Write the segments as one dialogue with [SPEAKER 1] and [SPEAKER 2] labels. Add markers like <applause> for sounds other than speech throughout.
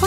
[SPEAKER 1] こ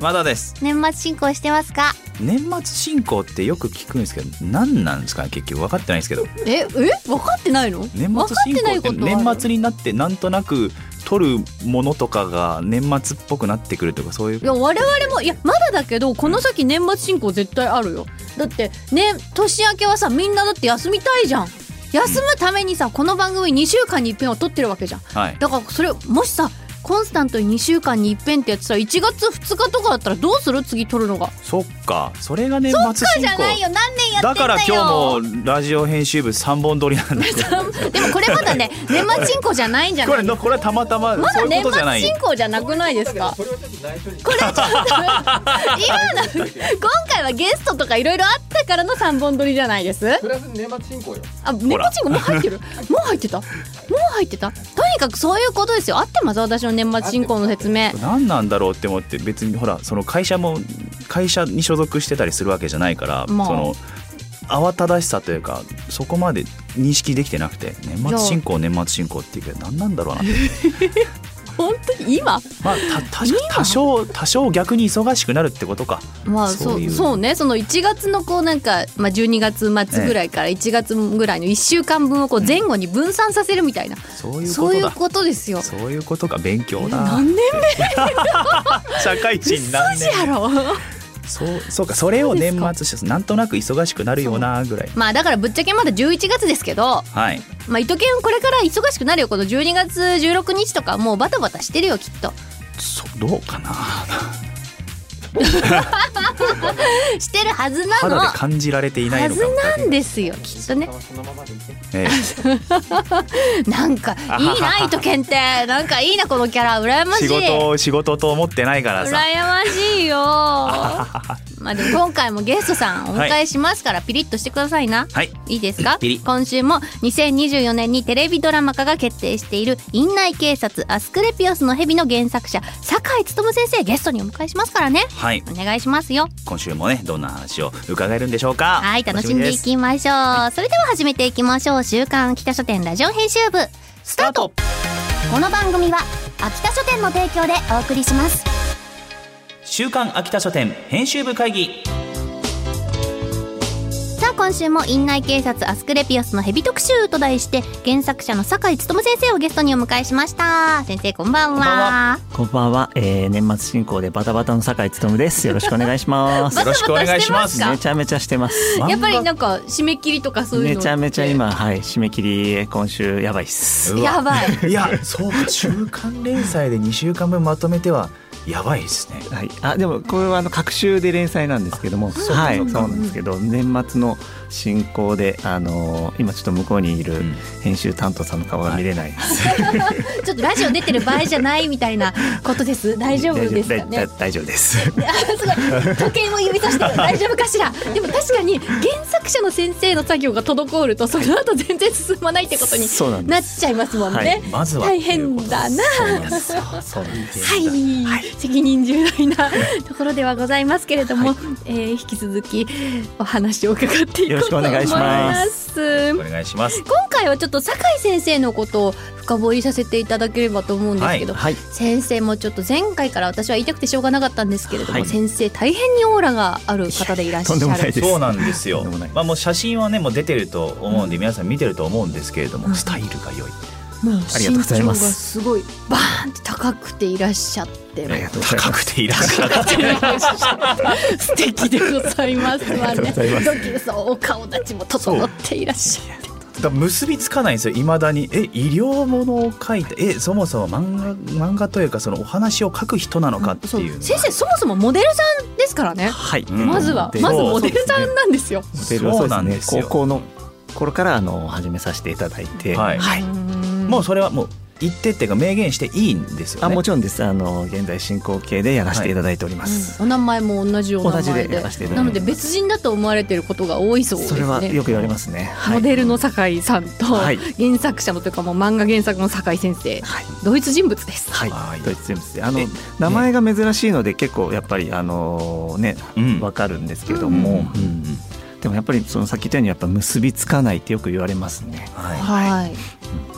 [SPEAKER 2] まだです
[SPEAKER 1] 年末進行してますか
[SPEAKER 2] 年末進行ってよく聞くんですけど何なんですかね結局分かってないんですけど
[SPEAKER 3] ええ分かってないの
[SPEAKER 2] 年末進行って
[SPEAKER 3] 分かってないことはあ
[SPEAKER 2] 年
[SPEAKER 3] る
[SPEAKER 2] 末になってなんとなく取るものとかが年末っぽくなってくるとかそういう
[SPEAKER 3] いや我々もいやまだだけどこの先年末進行絶対あるよだってね年明けはさみんなだって休みたいじゃん休むためにさこの番組2週間に一遍は撮ってるわけじゃん
[SPEAKER 2] はい
[SPEAKER 3] だからそれもしさコンスタントに2週間に一遍ってやってたら1月2日とかだったらどうする次撮るのが
[SPEAKER 2] そっかそれが年末
[SPEAKER 3] そう
[SPEAKER 2] 進
[SPEAKER 3] じゃない
[SPEAKER 2] 行
[SPEAKER 3] よ何年やってんだ
[SPEAKER 2] だ
[SPEAKER 3] よ
[SPEAKER 2] から今日もラジオ編集部三本撮りなんです
[SPEAKER 3] でもこれまだね年末進行じゃないんじゃ
[SPEAKER 2] こ
[SPEAKER 3] な
[SPEAKER 2] れ
[SPEAKER 3] い
[SPEAKER 2] のこれはたまたま
[SPEAKER 3] ま
[SPEAKER 2] そ
[SPEAKER 3] だ
[SPEAKER 2] ういう
[SPEAKER 3] 年
[SPEAKER 2] ことじ
[SPEAKER 3] 末
[SPEAKER 2] ゃない
[SPEAKER 3] 進行じゃなくないですかこれはちょっと今の今回はゲストとかいろいろあったからの三本撮りじゃないです
[SPEAKER 4] プラス年末進行よ。
[SPEAKER 3] あ年末進行もう入っ
[SPEAKER 2] <laughs>
[SPEAKER 3] てるもう入ってたもう入ってたとにかくそういうことですよ合ってます私の年末進行の説明
[SPEAKER 2] 何なんだろうって思って別にほらその会社も会社に所属してたりするわけじゃないから、
[SPEAKER 3] まあ
[SPEAKER 2] その慌ただしさというかそこまで認識できてなくて年末進行年末進行っていうけど何なんだろうなって、
[SPEAKER 3] 本当に今
[SPEAKER 2] まあ、た確か多少多少逆に忙しくなるってことか
[SPEAKER 3] まあ
[SPEAKER 2] そう
[SPEAKER 3] そう
[SPEAKER 2] いう
[SPEAKER 3] そうねその1月のこうなんか、まあ、12月末ぐらいから1月ぐらいの1週間分をこう前後に分散させるみたいな、
[SPEAKER 2] そういうこ
[SPEAKER 3] そう
[SPEAKER 2] と
[SPEAKER 3] いう
[SPEAKER 2] だ
[SPEAKER 3] ことですよ。
[SPEAKER 2] そういうことか勉強だ
[SPEAKER 3] 何年
[SPEAKER 2] <laughs> 社会人何
[SPEAKER 3] 目や
[SPEAKER 2] 年
[SPEAKER 3] ろ
[SPEAKER 2] そうそうかそれを年末してなんとなく忙しくなるよなぐらい
[SPEAKER 3] <laughs> まあだからぶっちゃけまだ11月ですけど、
[SPEAKER 2] はい
[SPEAKER 3] まあ、糸犬これから忙しくなるよこの12月16日とかもうバタバタしてるよきっと <laughs>
[SPEAKER 2] そどうかな
[SPEAKER 3] してるはずなの
[SPEAKER 2] 肌で
[SPEAKER 3] は
[SPEAKER 2] 感じられていないの
[SPEAKER 3] ず
[SPEAKER 2] かも
[SPEAKER 3] なんですよきっとね
[SPEAKER 4] そのままでいて。
[SPEAKER 2] ええ
[SPEAKER 3] な
[SPEAKER 2] <laughs>
[SPEAKER 3] んかいいな糸犬ってなんかいいなこのキャラ羨ましい
[SPEAKER 2] 仕事を仕事と思ってないから
[SPEAKER 3] 羨
[SPEAKER 2] さ
[SPEAKER 3] ましいよまあでも今回もゲストさんお迎えしますから、ピリッとしてくださいな
[SPEAKER 2] はい
[SPEAKER 3] いいですか
[SPEAKER 2] ピリ
[SPEAKER 3] 今週も2024年にテレビドラマ化が決定している「院内警察アスクレピオスの蛇」の原作者酒井勉先生ゲストにお迎えしますからね
[SPEAKER 2] はい
[SPEAKER 3] お願いしますよ
[SPEAKER 2] 今週もねどんな話を伺えるんでしょうか
[SPEAKER 3] はい楽しんでい
[SPEAKER 2] 楽み
[SPEAKER 3] きましょう、それでは始めていきましょう「週刊秋田書店ラジオ編集部」スタート
[SPEAKER 1] この番組は秋田書店の提供でお送りします
[SPEAKER 2] す週刊秋田書店編集部会議
[SPEAKER 1] さあ今週も院内警察アスクレピオスの蛇特集と題して原作者の酒井勉先生をゲストにお迎えしました先生こんばんは
[SPEAKER 2] こんばんは
[SPEAKER 5] こんばんは、えー、年末進行でバタバタの酒井勤です。よろしくお願いしま
[SPEAKER 3] <laughs>
[SPEAKER 5] す
[SPEAKER 3] バ
[SPEAKER 2] よ。
[SPEAKER 3] タ
[SPEAKER 2] ろしくお
[SPEAKER 3] バタ
[SPEAKER 2] 願い
[SPEAKER 3] して
[SPEAKER 2] し
[SPEAKER 3] ま
[SPEAKER 2] ますす
[SPEAKER 3] か
[SPEAKER 5] めちゃめちゃしてます。
[SPEAKER 3] やっぱりなんか締め切りとかそういう
[SPEAKER 5] め
[SPEAKER 3] の
[SPEAKER 5] ちゃめちゃ今、はい、締め切り、今週やばいっす。
[SPEAKER 2] うわ
[SPEAKER 3] やばい
[SPEAKER 2] <laughs> いやそうか週刊連載で2週間分まとめてはやばいですね
[SPEAKER 5] はい、あ、でも、これはあの隔週で連載なんですけども、はい、そうなんですけど、年末の進行で、あのー今ちょっと向こうにいる
[SPEAKER 2] ん
[SPEAKER 5] 編集担当さんの顔は見れないです。
[SPEAKER 3] ちょっとラジオ出てる場合じゃないみたいなことです。 <laughs> 大丈夫ですかね
[SPEAKER 5] 大。大大丈夫です。
[SPEAKER 3] あすごい時計も指さしてる大丈夫かしらでも確かに原作者の先生の作業が滞るとその後全然進まないってことに
[SPEAKER 5] そうなん
[SPEAKER 3] な
[SPEAKER 5] で
[SPEAKER 3] っちゃいますもんね、
[SPEAKER 5] は
[SPEAKER 3] はい
[SPEAKER 5] い、
[SPEAKER 2] まずは
[SPEAKER 3] 大変だな
[SPEAKER 2] そうなんですよそうなんですよ
[SPEAKER 3] 責任重大なところではございますけれども、えー引き続きお話を伺っていこうと思い
[SPEAKER 5] よろしくお願
[SPEAKER 3] ま
[SPEAKER 5] いします
[SPEAKER 2] お願いします
[SPEAKER 3] 今回はちょっと酒井先生のことを深掘りさせていただければと思うんですけど、
[SPEAKER 5] <laughs> はい、
[SPEAKER 3] 先生もちょっと前回から私は言いたくてしょうがなかったんですけれども、
[SPEAKER 5] はい
[SPEAKER 3] 先生大変にオーラがある方でいらっしゃ
[SPEAKER 5] とんでもない
[SPEAKER 3] る
[SPEAKER 5] です。
[SPEAKER 2] そうなんです
[SPEAKER 3] <laughs>
[SPEAKER 2] よ
[SPEAKER 5] とんでもないです
[SPEAKER 2] まあもう写真はねもう出てると思うんで皆さん見てると思うんですけれどもスタイルが良い
[SPEAKER 3] もう
[SPEAKER 5] ありがとう
[SPEAKER 3] 身
[SPEAKER 5] ござい
[SPEAKER 3] 長が
[SPEAKER 5] ます
[SPEAKER 3] すごいバーンって高くていらっしゃって
[SPEAKER 5] ありがとうござい
[SPEAKER 2] 高
[SPEAKER 5] ます。
[SPEAKER 2] くていらっしゃる
[SPEAKER 3] <laughs> 素敵でございますわ
[SPEAKER 5] ありがとうございま
[SPEAKER 3] ねドキドキそうお顔立ちも整っていらっしゃる
[SPEAKER 2] だから <laughs> 結びつかないんですよいまだにえ医療ものを書いてえそもそも漫画漫画というかそのお話を書く人なのかって
[SPEAKER 3] そう
[SPEAKER 2] いう
[SPEAKER 3] 先生そもそもモデルさんですからね
[SPEAKER 5] はい、
[SPEAKER 2] うん
[SPEAKER 3] まずは
[SPEAKER 5] で
[SPEAKER 3] まず
[SPEAKER 2] そう
[SPEAKER 3] モデルさんなんですよ
[SPEAKER 5] モデルはそう
[SPEAKER 2] そうなん
[SPEAKER 5] で
[SPEAKER 2] ですす
[SPEAKER 5] ね
[SPEAKER 2] よ
[SPEAKER 5] 高校の頃からあの始めさせていただいて、
[SPEAKER 2] はいも
[SPEAKER 3] も
[SPEAKER 2] うそれはもう言ってっていうか明言していいんですよね
[SPEAKER 5] あもちろんですあの現在進行形でやらせていただいております、
[SPEAKER 3] お名前も同じお名前
[SPEAKER 5] 同
[SPEAKER 3] で
[SPEAKER 5] じでやらせていただ
[SPEAKER 3] ない
[SPEAKER 5] て
[SPEAKER 3] ので別人だと思われてることが多いそうです
[SPEAKER 5] それは
[SPEAKER 3] ね
[SPEAKER 5] よく言われますね、はい
[SPEAKER 3] モデルの酒井さんと
[SPEAKER 5] はい
[SPEAKER 3] 原作者のというかもう漫画原作の酒井先生
[SPEAKER 5] はい
[SPEAKER 3] 同一人物です
[SPEAKER 5] はい、
[SPEAKER 2] はい
[SPEAKER 5] ドイツ人物であの
[SPEAKER 2] え
[SPEAKER 5] 名前が珍しいので結構やっぱりあのね
[SPEAKER 2] うん
[SPEAKER 5] わかるんですけど
[SPEAKER 2] うん
[SPEAKER 5] も、
[SPEAKER 2] うんうん
[SPEAKER 5] でもやっぱりそのさっき言ったようにやっぱ結びつかないってよく言われますね。
[SPEAKER 2] は
[SPEAKER 3] はい
[SPEAKER 2] い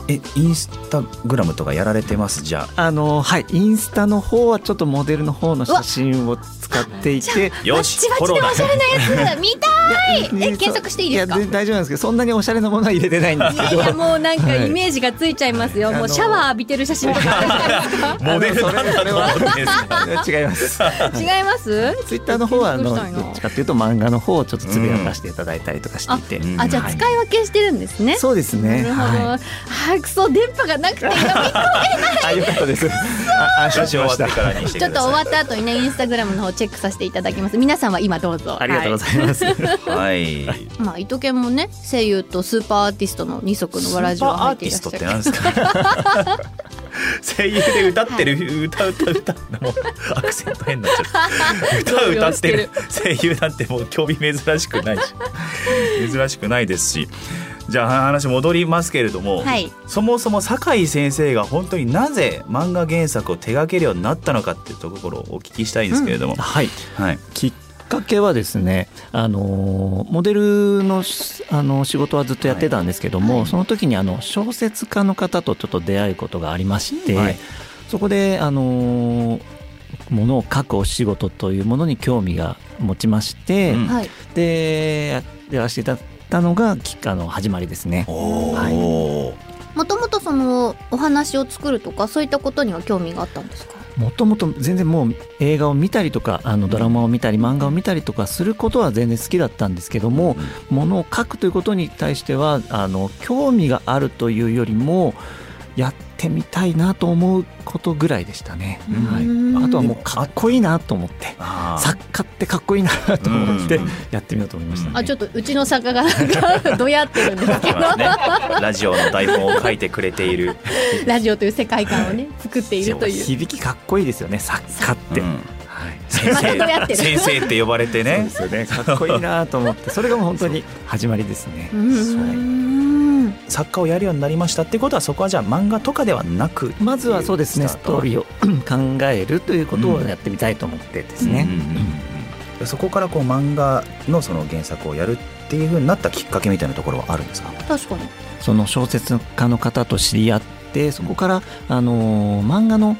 [SPEAKER 2] えインスタグラムとかやられてますじゃ
[SPEAKER 5] あのはいインスタの方はちょっとモデルの方の写真を使っていて。
[SPEAKER 2] あ
[SPEAKER 3] バ
[SPEAKER 2] よ
[SPEAKER 3] ッチバチでおしゃれなやつ見た
[SPEAKER 5] <laughs> え
[SPEAKER 3] いえ検索していいですか
[SPEAKER 5] や大丈夫なんですけどそんなにおしゃれなものは入れてないんです
[SPEAKER 3] い
[SPEAKER 5] けど
[SPEAKER 3] や。もうなんか
[SPEAKER 5] はい
[SPEAKER 3] イメージがついちゃいますよ、
[SPEAKER 5] あの
[SPEAKER 3] もうシャワー浴びてる写真とか
[SPEAKER 2] モデルなんだと思うんです <laughs> けど
[SPEAKER 5] 違います。
[SPEAKER 3] 違います
[SPEAKER 5] ツイッターの <laughs> 方はあの
[SPEAKER 3] ど
[SPEAKER 5] ど
[SPEAKER 3] うしたんや
[SPEAKER 5] っちかっていうと漫画の方をちょっとつぶやかしていただいたりとかしていて。
[SPEAKER 2] うん
[SPEAKER 3] あじゃあ使い分けしてるんですね、
[SPEAKER 5] そうですね。
[SPEAKER 3] なるほど、
[SPEAKER 5] は <laughs>
[SPEAKER 3] はいい、くそ電波がなくて今
[SPEAKER 5] あよかったです。あ <laughs> 安心し
[SPEAKER 2] 終
[SPEAKER 5] ま
[SPEAKER 2] わ
[SPEAKER 5] し
[SPEAKER 2] って
[SPEAKER 5] た。
[SPEAKER 2] からにしてく
[SPEAKER 3] ちょっ
[SPEAKER 2] だ
[SPEAKER 3] と終
[SPEAKER 2] さ
[SPEAKER 3] わ
[SPEAKER 2] い
[SPEAKER 3] った後にねインスタグラムの方チェックさせていただきます皆さんは今どうぞ
[SPEAKER 5] ありがとうございます。
[SPEAKER 2] はい
[SPEAKER 3] はいまあ伊藤健もね声優とスーパーアーティストの二足のわらじを履いていらっし
[SPEAKER 2] ス
[SPEAKER 3] ゃ
[SPEAKER 2] ーパーアーティストって
[SPEAKER 3] る
[SPEAKER 2] 何ですか
[SPEAKER 3] <laughs>
[SPEAKER 2] 声優で歌ってる、歌歌歌のアクセント変になっちゃ
[SPEAKER 3] <laughs>
[SPEAKER 2] った歌歌ってる声優なんてもう興味珍しくないし珍しくないですしじゃあ話戻りますけれども、
[SPEAKER 3] はい
[SPEAKER 2] そもそも酒井先生が本当になぜ漫画原作を手掛けるようになったのかっていうところをお聞きしたいんですけれども、
[SPEAKER 5] <laughs> はい。
[SPEAKER 2] はい、
[SPEAKER 5] きっかけはですね、あのモデルのしあの仕事はずっとやってたんですけども、その時にあの小説家の方とちょっと出会うことがありまして、
[SPEAKER 2] うんはい
[SPEAKER 5] そこであのものを書くお仕事というものに興味が持ちまして、
[SPEAKER 2] うん
[SPEAKER 3] はい
[SPEAKER 5] でややらせていただいたのがきっかあの始まりですね。
[SPEAKER 2] お
[SPEAKER 5] はい
[SPEAKER 2] ー
[SPEAKER 3] もともとそのお話を作るとかそういったことには興味があったんですか
[SPEAKER 5] もともと全然もう映画を見たりとかあのドラマを見たり漫画を見たりとかすることは全然好きだったんですけども、ものを書くということに対してはあの興味があるというよりもやってみたいなと思うことぐらいでしたね、
[SPEAKER 2] うん
[SPEAKER 5] はい、あとはもうかっこいいなと思って
[SPEAKER 2] あー
[SPEAKER 5] 作家ってかっこいいなと思って
[SPEAKER 2] うん
[SPEAKER 5] やってみようと思いました、ね
[SPEAKER 3] あちょっとうちの坂がなんかどやってるんですけど
[SPEAKER 2] <laughs> 今ねラジオの台本を書いてくれている、
[SPEAKER 3] ラジオという世界観をね作っているという。
[SPEAKER 5] 響きかっこいいですよね作家って、
[SPEAKER 2] うん
[SPEAKER 5] はい、
[SPEAKER 2] 先
[SPEAKER 3] またどうやって
[SPEAKER 2] 生
[SPEAKER 3] る
[SPEAKER 2] 先生って呼ばれてね
[SPEAKER 5] そうですよねかっこいいなと思ってそれがもう本当に始まりですね
[SPEAKER 3] う。ん
[SPEAKER 2] 作家をやるようになりましたってことはそこはじゃあ漫画とかではなく
[SPEAKER 5] まずはそうですね
[SPEAKER 2] ス
[SPEAKER 5] ス
[SPEAKER 2] タート
[SPEAKER 5] トーリーを考えるということをやってみたいと思ってですね、
[SPEAKER 2] そこからこう漫画のその原作をやるっていうふうになったきっかけみたいなところはあるんですか
[SPEAKER 3] 確かに。
[SPEAKER 5] その小説家の方と知り合ってそこから、あのー漫画の、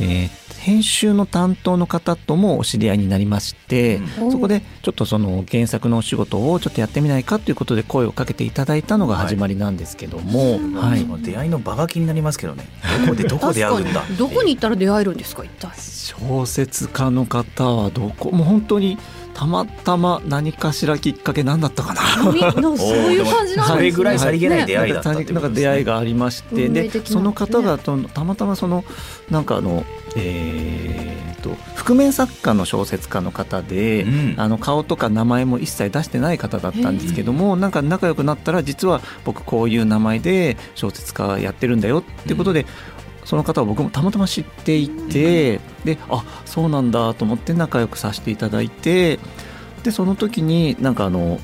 [SPEAKER 5] えー編集の担当の方ともお知り合いになりまして、
[SPEAKER 3] うん
[SPEAKER 5] そこでちょっとその原作のお仕事をちょっとやってみないかということで声をかけていただいたのが始まりなんですけども、はい
[SPEAKER 2] その出会いの場が気になりますけど <laughs> ねどこでどこで会うんだ
[SPEAKER 3] どこに行ったら出会えるんですか一
[SPEAKER 2] <laughs>
[SPEAKER 3] 体。
[SPEAKER 5] 小説家の方はどこもう本当にたまたま何かしらきっかけ何だったかな
[SPEAKER 3] みなんかそういう感じなんです
[SPEAKER 2] <laughs> そ
[SPEAKER 3] ね。
[SPEAKER 2] れぐらいさりげない出会いだ
[SPEAKER 5] な
[SPEAKER 2] った
[SPEAKER 5] んか
[SPEAKER 2] っていう
[SPEAKER 5] な
[SPEAKER 2] こ
[SPEAKER 5] んか
[SPEAKER 2] とですね
[SPEAKER 5] 出会いがありまして、
[SPEAKER 3] 運命的な
[SPEAKER 5] でその方がとたまたまそのなんかあのえーと覆面作家の小説家の方で、
[SPEAKER 2] うん
[SPEAKER 5] あの顔とか名前も一切出してない方だったんですけども、なんか仲良くなったら実は僕こういう名前で小説家やってるんだよっていうことで。その方を僕もたまたま知っていて、であそうなんだと思って仲良くさせていただいてでその時になんかあの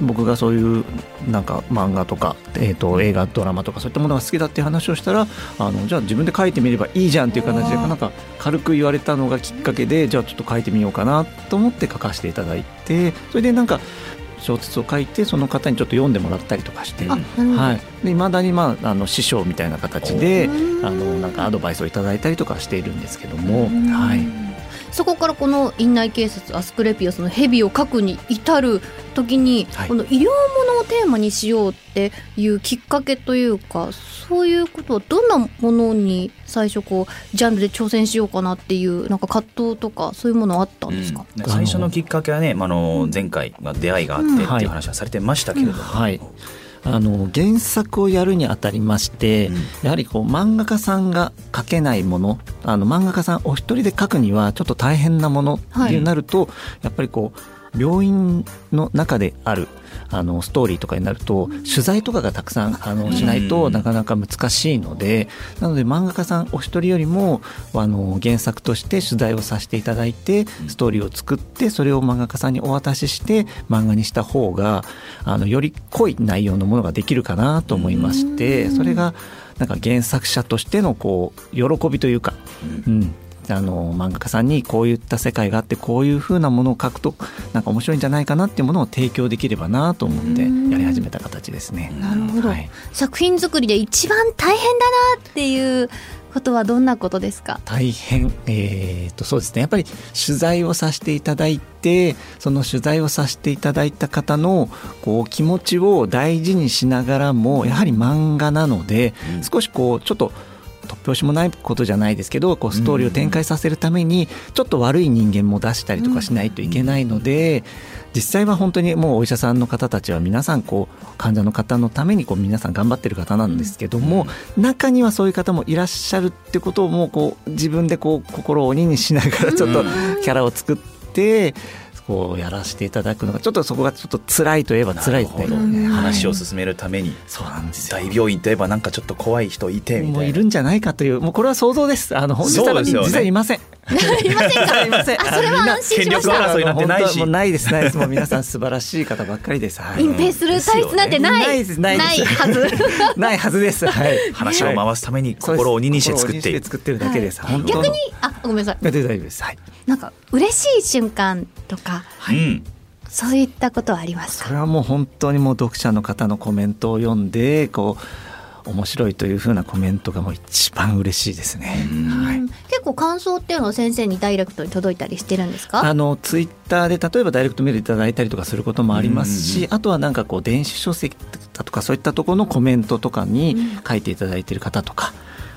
[SPEAKER 5] 僕がそういうなんか漫画とか、えー、と映画ドラマとかそういったものが好きだっていう話をしたらあのじゃあ自分で書いてみればいいじゃんっていう形でなんか軽く言われたのがきっかけでじゃあちょっと書いてみようかなと思って書かせていただいてそれでなんか小説を書いてその方にちょっと読んでもらったりとかして。はい、で未だに、まあ、あの師匠みたいな形であのなんかアドバイスをいただいたりとかしているんですけども、はい、
[SPEAKER 3] そこからこの院内警察アスクレピオスの蛇を描くに至る時に、
[SPEAKER 5] はい
[SPEAKER 3] この医療ものをテーマにしようっていうきっかけというかそういうことはどんなものに最初こうジャンルで挑戦しようかなっていうなんか葛藤とかそういうものはあったんですか、
[SPEAKER 2] うん最初のきっかけはね、まあ、あの前回が出会いがあってっていう話はされてましたけれども、
[SPEAKER 5] はいあの原作をやるにあたりまして、
[SPEAKER 2] うん
[SPEAKER 5] やはりこう漫画家さんが描けないものあの漫画家さんお一人で描くにはちょっと大変なものっ
[SPEAKER 3] は
[SPEAKER 5] て
[SPEAKER 3] い
[SPEAKER 5] なると、やっぱりこう病院の中であるあのストーリーとかになると取材とかがたくさんあのしないと
[SPEAKER 2] うん
[SPEAKER 5] なかなか難しいのでなので漫画家さんお一人よりもあの原作として取材をさせていただいてストーリーを作ってそれを漫画家さんにお渡しして漫画にした方があのより濃い内容のものができるかなと思いましてそれがなんか原作者としてのこう喜びというか、うん、あの漫画家さんにこういった世界があってこういう風なものを書くとなんか面白いんじゃないかなっていうものを提供できればなと思ってやり始めた形ですね。
[SPEAKER 3] なるほど、
[SPEAKER 5] はい
[SPEAKER 3] 作品作りで一番大変だなっていうことはどんなことですか
[SPEAKER 5] 大変、えー、とそうですねやっぱり取材をさせていただいてその取材をさせていただいた方のこう気持ちを大事にしながらもやはり漫画なので、
[SPEAKER 2] うん
[SPEAKER 5] 少しこうちょっと突拍子もないことじゃないですけどこうストーリーを展開させるためにちょっと悪い人間も出したりとかしないといけないので、実際は本当にもうお医者さんの方たちは皆さんこう患者の方のためにこう皆さん頑張ってる方なんですけども、中にはそういう方もいらっしゃるってことをもうこう自分でこう心を鬼にしながらちょっとキャラを作ってこうやらせていただくのがちょっとそこがちょっと辛いといえば辛いです
[SPEAKER 2] なるほ
[SPEAKER 5] ね。
[SPEAKER 2] ど話を
[SPEAKER 5] はい
[SPEAKER 2] 進めるために
[SPEAKER 5] そうなんですよ
[SPEAKER 2] 大病院といえばなんかちょっと怖い人いてみ
[SPEAKER 5] も
[SPEAKER 2] た
[SPEAKER 5] うい
[SPEAKER 2] いな
[SPEAKER 5] るんじゃないかというもうこれは想像ですあの本
[SPEAKER 2] そうです
[SPEAKER 5] 実
[SPEAKER 2] よ
[SPEAKER 5] は
[SPEAKER 2] ね
[SPEAKER 5] 実 <laughs> はい
[SPEAKER 2] <laughs>
[SPEAKER 5] ませんいませんあそれは
[SPEAKER 3] 安心し
[SPEAKER 2] 権
[SPEAKER 3] まし
[SPEAKER 2] 力
[SPEAKER 3] た
[SPEAKER 2] 争いなんてないし
[SPEAKER 5] もうないですないですもう皆さん素晴らしい方ばっかりですはい
[SPEAKER 3] 隠蔽する体質なんてない、
[SPEAKER 5] ないですないです
[SPEAKER 3] はず
[SPEAKER 5] <laughs> ないはずですはい
[SPEAKER 2] 話を回すために心を鬼にして作ってい
[SPEAKER 5] る
[SPEAKER 2] る
[SPEAKER 5] 作ってるだけです、本当
[SPEAKER 3] 逆
[SPEAKER 5] の
[SPEAKER 3] にあごめんなさい
[SPEAKER 5] 大丈夫ですはい
[SPEAKER 3] なんか嬉しい瞬間とか
[SPEAKER 2] うん
[SPEAKER 3] そういったことはあります
[SPEAKER 5] そ
[SPEAKER 3] か
[SPEAKER 5] れはもう本当にもう読者の方のコメントを読んでこう面白いというふうなコメントがもう一番嬉しいですね、はい
[SPEAKER 3] うん結構感想っていうのは先生にダイレクトに届いたりしてるんですか
[SPEAKER 5] あのツイッターで例えばダイレクトメールいただいたりとかすることもありますし、
[SPEAKER 2] うん
[SPEAKER 5] あとはなんかこう電子書籍だとかそういったところのコメントとかに書いていただいている方とか。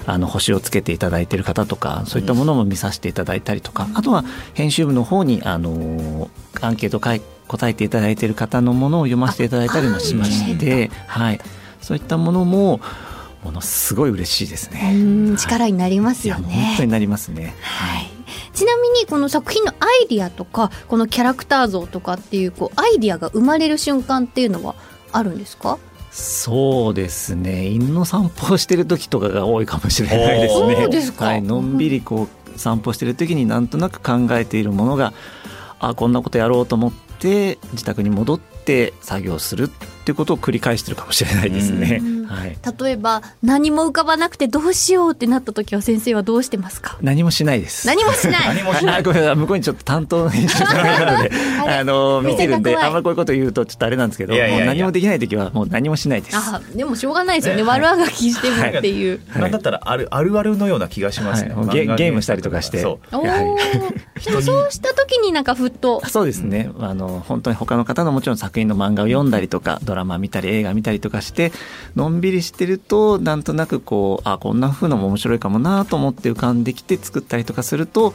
[SPEAKER 5] あの星をつけていただいている方とかそういったものも見させていただいたりとか、あとは編集部の方にあのアンケートかい答えていただいている方のものを読ませていただいたりもしまして、はい、そういったものもものすごい嬉しいです
[SPEAKER 3] う
[SPEAKER 5] ね。
[SPEAKER 3] ん力になります
[SPEAKER 5] い
[SPEAKER 3] よ
[SPEAKER 5] やもう本当
[SPEAKER 3] ね
[SPEAKER 5] になりますね。
[SPEAKER 3] はいちなみにこの作品のアイディアとかこのキャラクター像とかっていうこうアイディアが生まれる瞬間っていうのはあるんですか
[SPEAKER 5] そうですね犬の散歩をしてる時とかが多いかもしれないです
[SPEAKER 2] お
[SPEAKER 5] ね
[SPEAKER 2] ーそう
[SPEAKER 3] ですか
[SPEAKER 5] はい、のんびりこう散歩してる時になんとなく考えているものがあこんなことやろうと思って自宅に戻って作業するってことを繰り返してるかもしれないですね
[SPEAKER 3] うん。
[SPEAKER 5] はい、
[SPEAKER 3] 例えば何も浮かばなくてどうしようってなった時は先生はどうしてますか
[SPEAKER 5] 何もしないです
[SPEAKER 3] 何もし
[SPEAKER 5] <laughs>
[SPEAKER 3] ない
[SPEAKER 2] 何もしな
[SPEAKER 5] あ
[SPEAKER 2] い
[SPEAKER 5] ごめんなさい向こうにちょっと担当の編集者がいるのであの見てるん
[SPEAKER 3] 見せた
[SPEAKER 5] で
[SPEAKER 3] くない
[SPEAKER 5] あんまりこういうこと言うとちょっとあれなんですけど
[SPEAKER 2] いやいやいや
[SPEAKER 5] もう何もできない時はもう何もしないです。
[SPEAKER 3] あでもしょうがないですよね悪あがきしてるっていう、
[SPEAKER 5] はい
[SPEAKER 2] なんだったらあるあるあるのような気がしますね、
[SPEAKER 5] はいもうゲゲームしたりとかして
[SPEAKER 2] そう
[SPEAKER 3] おお
[SPEAKER 5] はい
[SPEAKER 3] ーでもそうした時になんかふっと
[SPEAKER 5] そうですね、あの本当に他の方のもちろん作品の漫画を読んだりとかドラマ見たり映画見たりとかしてのんびりしてるとなんとなくこうあこんな風なのも面白いかもなと思って浮かんできて作ったりとかすると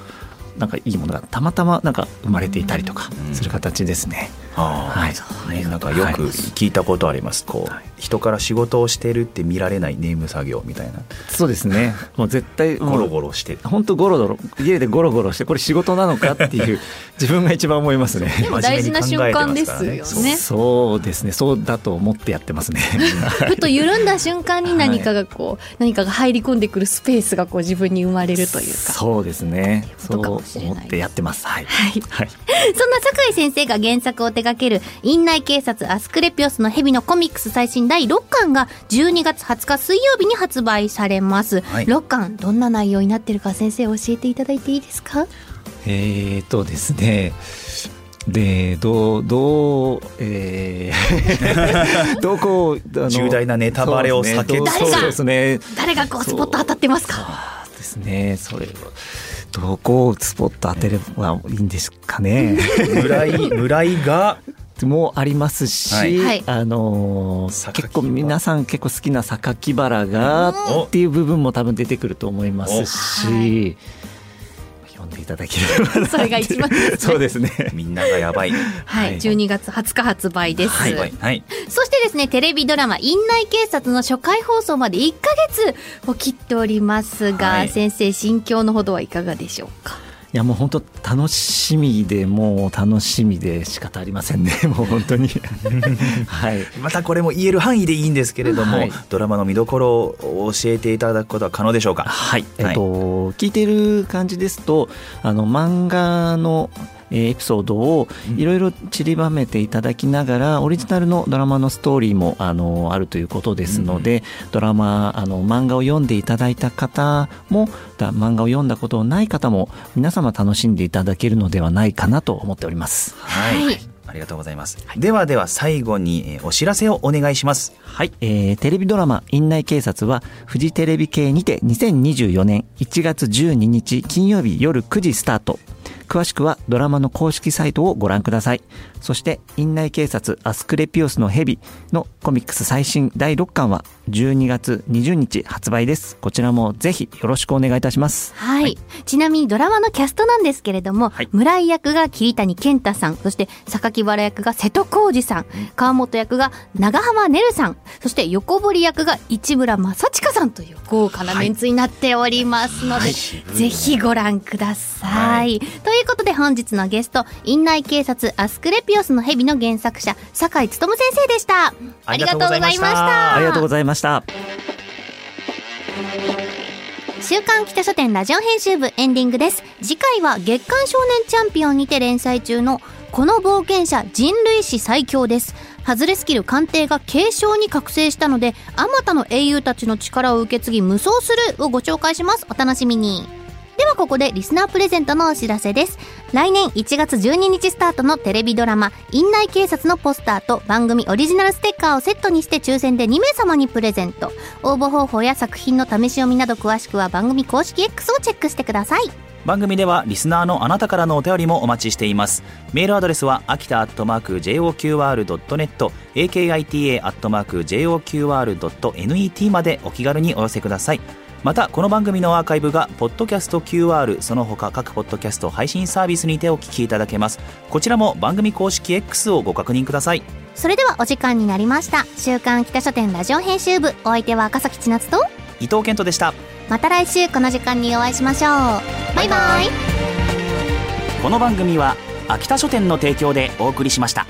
[SPEAKER 5] なんかいいものがたまたまなんか生まれていたりとかする形ですね。
[SPEAKER 2] あ
[SPEAKER 5] はい、
[SPEAKER 2] あ、ね、なんかよく聞いたことあります、こう、人から仕事をしてるって見られないネーム作業みたいな
[SPEAKER 5] そうですね <laughs> もう絶対
[SPEAKER 2] ゴロ
[SPEAKER 5] ロ
[SPEAKER 2] ゴロしてる
[SPEAKER 5] 本当ゴロゴロ家でゴロゴロしてこれ仕事なのかって <laughs> いう自分が一番思いますね。
[SPEAKER 3] でも大事な瞬間ですよね
[SPEAKER 5] そうですねそうだと思ってやってますね。
[SPEAKER 3] ふと緩んだ瞬間に何かがこう、何かが入り込んでくるスペースがこう自分に生まれるというか。
[SPEAKER 5] そうですね
[SPEAKER 3] とい
[SPEAKER 5] そう
[SPEAKER 3] ことかも
[SPEAKER 5] う
[SPEAKER 3] しれない
[SPEAKER 5] 思ってやってますはい、
[SPEAKER 3] はい、
[SPEAKER 5] はい、
[SPEAKER 1] そんな酒井先生が原作を手掛ける院内警察アスクレピオスの蛇のコミックス最新第6巻が12月20日水曜日に発売されます、
[SPEAKER 2] はい
[SPEAKER 1] 6巻どんな内容になってるか先生教えていただいていいですか
[SPEAKER 5] えー、とですねでどうどうえー、
[SPEAKER 2] <laughs>
[SPEAKER 5] どうこうあの
[SPEAKER 2] 重大なネタバレを避けて
[SPEAKER 5] そうですねどうそうですね
[SPEAKER 1] 誰がこうスポット当たってますか
[SPEAKER 5] あーですねそれをどこをスポット当てればいいんです
[SPEAKER 3] <laughs>
[SPEAKER 5] かね
[SPEAKER 2] 村井村井が
[SPEAKER 5] もありますし、
[SPEAKER 2] はい
[SPEAKER 1] はい
[SPEAKER 5] あのー
[SPEAKER 2] 榊
[SPEAKER 5] 結構皆さん結構好きな榊原が
[SPEAKER 2] お
[SPEAKER 5] っていう部分も多分出てくると思いますし、米っていただければな
[SPEAKER 1] それが一番
[SPEAKER 5] っていうそうですね
[SPEAKER 2] みんながやばい。
[SPEAKER 1] は
[SPEAKER 5] はい
[SPEAKER 1] い、12月20日発売です。
[SPEAKER 2] はいはい。
[SPEAKER 1] そしてですね、テレビドラマ、院内警察の初回放送まで1ヶ月を切っておりますが、
[SPEAKER 2] はい
[SPEAKER 1] 先生、心境のほどはいかがでしょうか
[SPEAKER 5] いやもう本当楽しみでもう楽しみで仕方ありませんねもう本
[SPEAKER 2] <laughs>
[SPEAKER 5] 当にはい
[SPEAKER 2] またこれも言える範囲でいいんですけれども、
[SPEAKER 5] はい
[SPEAKER 2] ドラマの見どころを教えていただくことは可能でしょうか。
[SPEAKER 5] はい、え
[SPEAKER 2] は
[SPEAKER 5] っ
[SPEAKER 2] い
[SPEAKER 5] と、聞いてる感じですと、あの漫画の。えーエピソードを
[SPEAKER 2] うん
[SPEAKER 5] いろいろ散りばめていただきながら、オリジナルのドラマのストーリーもあのあるということですので、ドラマあの漫画を読んでいただいた方もだ漫画を読んだことのない方も皆様楽しんでいただけるのではないかなと思っております。
[SPEAKER 2] はい。ありがとうございます。ではでは最後にえーお知らせをお願いします。
[SPEAKER 5] はい、えーテレビドラマ「院内警察」はフジテレビ系にて2024年1月12日金曜日夜9時スタート詳しくはドラマの公式サイトをご覧くださいそして「院内警察アスクレピオスの蛇」のコミックス最新第6巻は12月20日発売ですこちらもぜひよろしくお願いいたします
[SPEAKER 1] はい、ちなみにドラマのキャストなんですけれども、
[SPEAKER 5] はい
[SPEAKER 1] 村井役が桐谷健太さんそして榊原役が瀬戸康史さん川本役が長濱ねるさんそして横堀役が市村正親さんという豪華なメンツになっておりますので、ぜひご覧ください、
[SPEAKER 2] は
[SPEAKER 1] ということで本日のゲスト院内警察アスクレピオスの蛇の原作者酒井勉先生でしたありがとうございました
[SPEAKER 5] ありがとうございました
[SPEAKER 1] 週刊北書店ラジオ編集部エンディングです。次回は月刊少年チャンピオンにて連載中のこの冒険者人類史最強です。ハズレスキル鑑定が継承に覚醒したので、あまたの英雄たちの力を受け継ぎ無双するをご紹介します。お楽しみに。ではここでリスナープレゼントのお知らせです。来年1月12日スタートのテレビドラマ、院内警察のポスターと番組オリジナルステッカーをセットにして抽選で2名様にプレゼント。応募方法や作品の試し読みなど詳しくは番組公式 X をチェックしてください。
[SPEAKER 2] 番組ではリスナーのあなたからのお便りもお待ちしていますメールアドレスは秋田アットマーク JOQR.net akita アットマーク JOQR.net までお気軽にお寄せくださいまたこの番組のアーカイブがポッドキャスト QR その他各ポッドキャスト配信サービスにてお聞きいただけますこちらも番組公式 X をご確認ください
[SPEAKER 1] それではお時間になりました。週刊北書店ラジオ編集部、お相手は赤崎千夏と、
[SPEAKER 2] 伊藤健人でした
[SPEAKER 1] また来週この時間にお会いしましょう。バイバイ
[SPEAKER 2] この番組は秋田書店の提供でお送りしました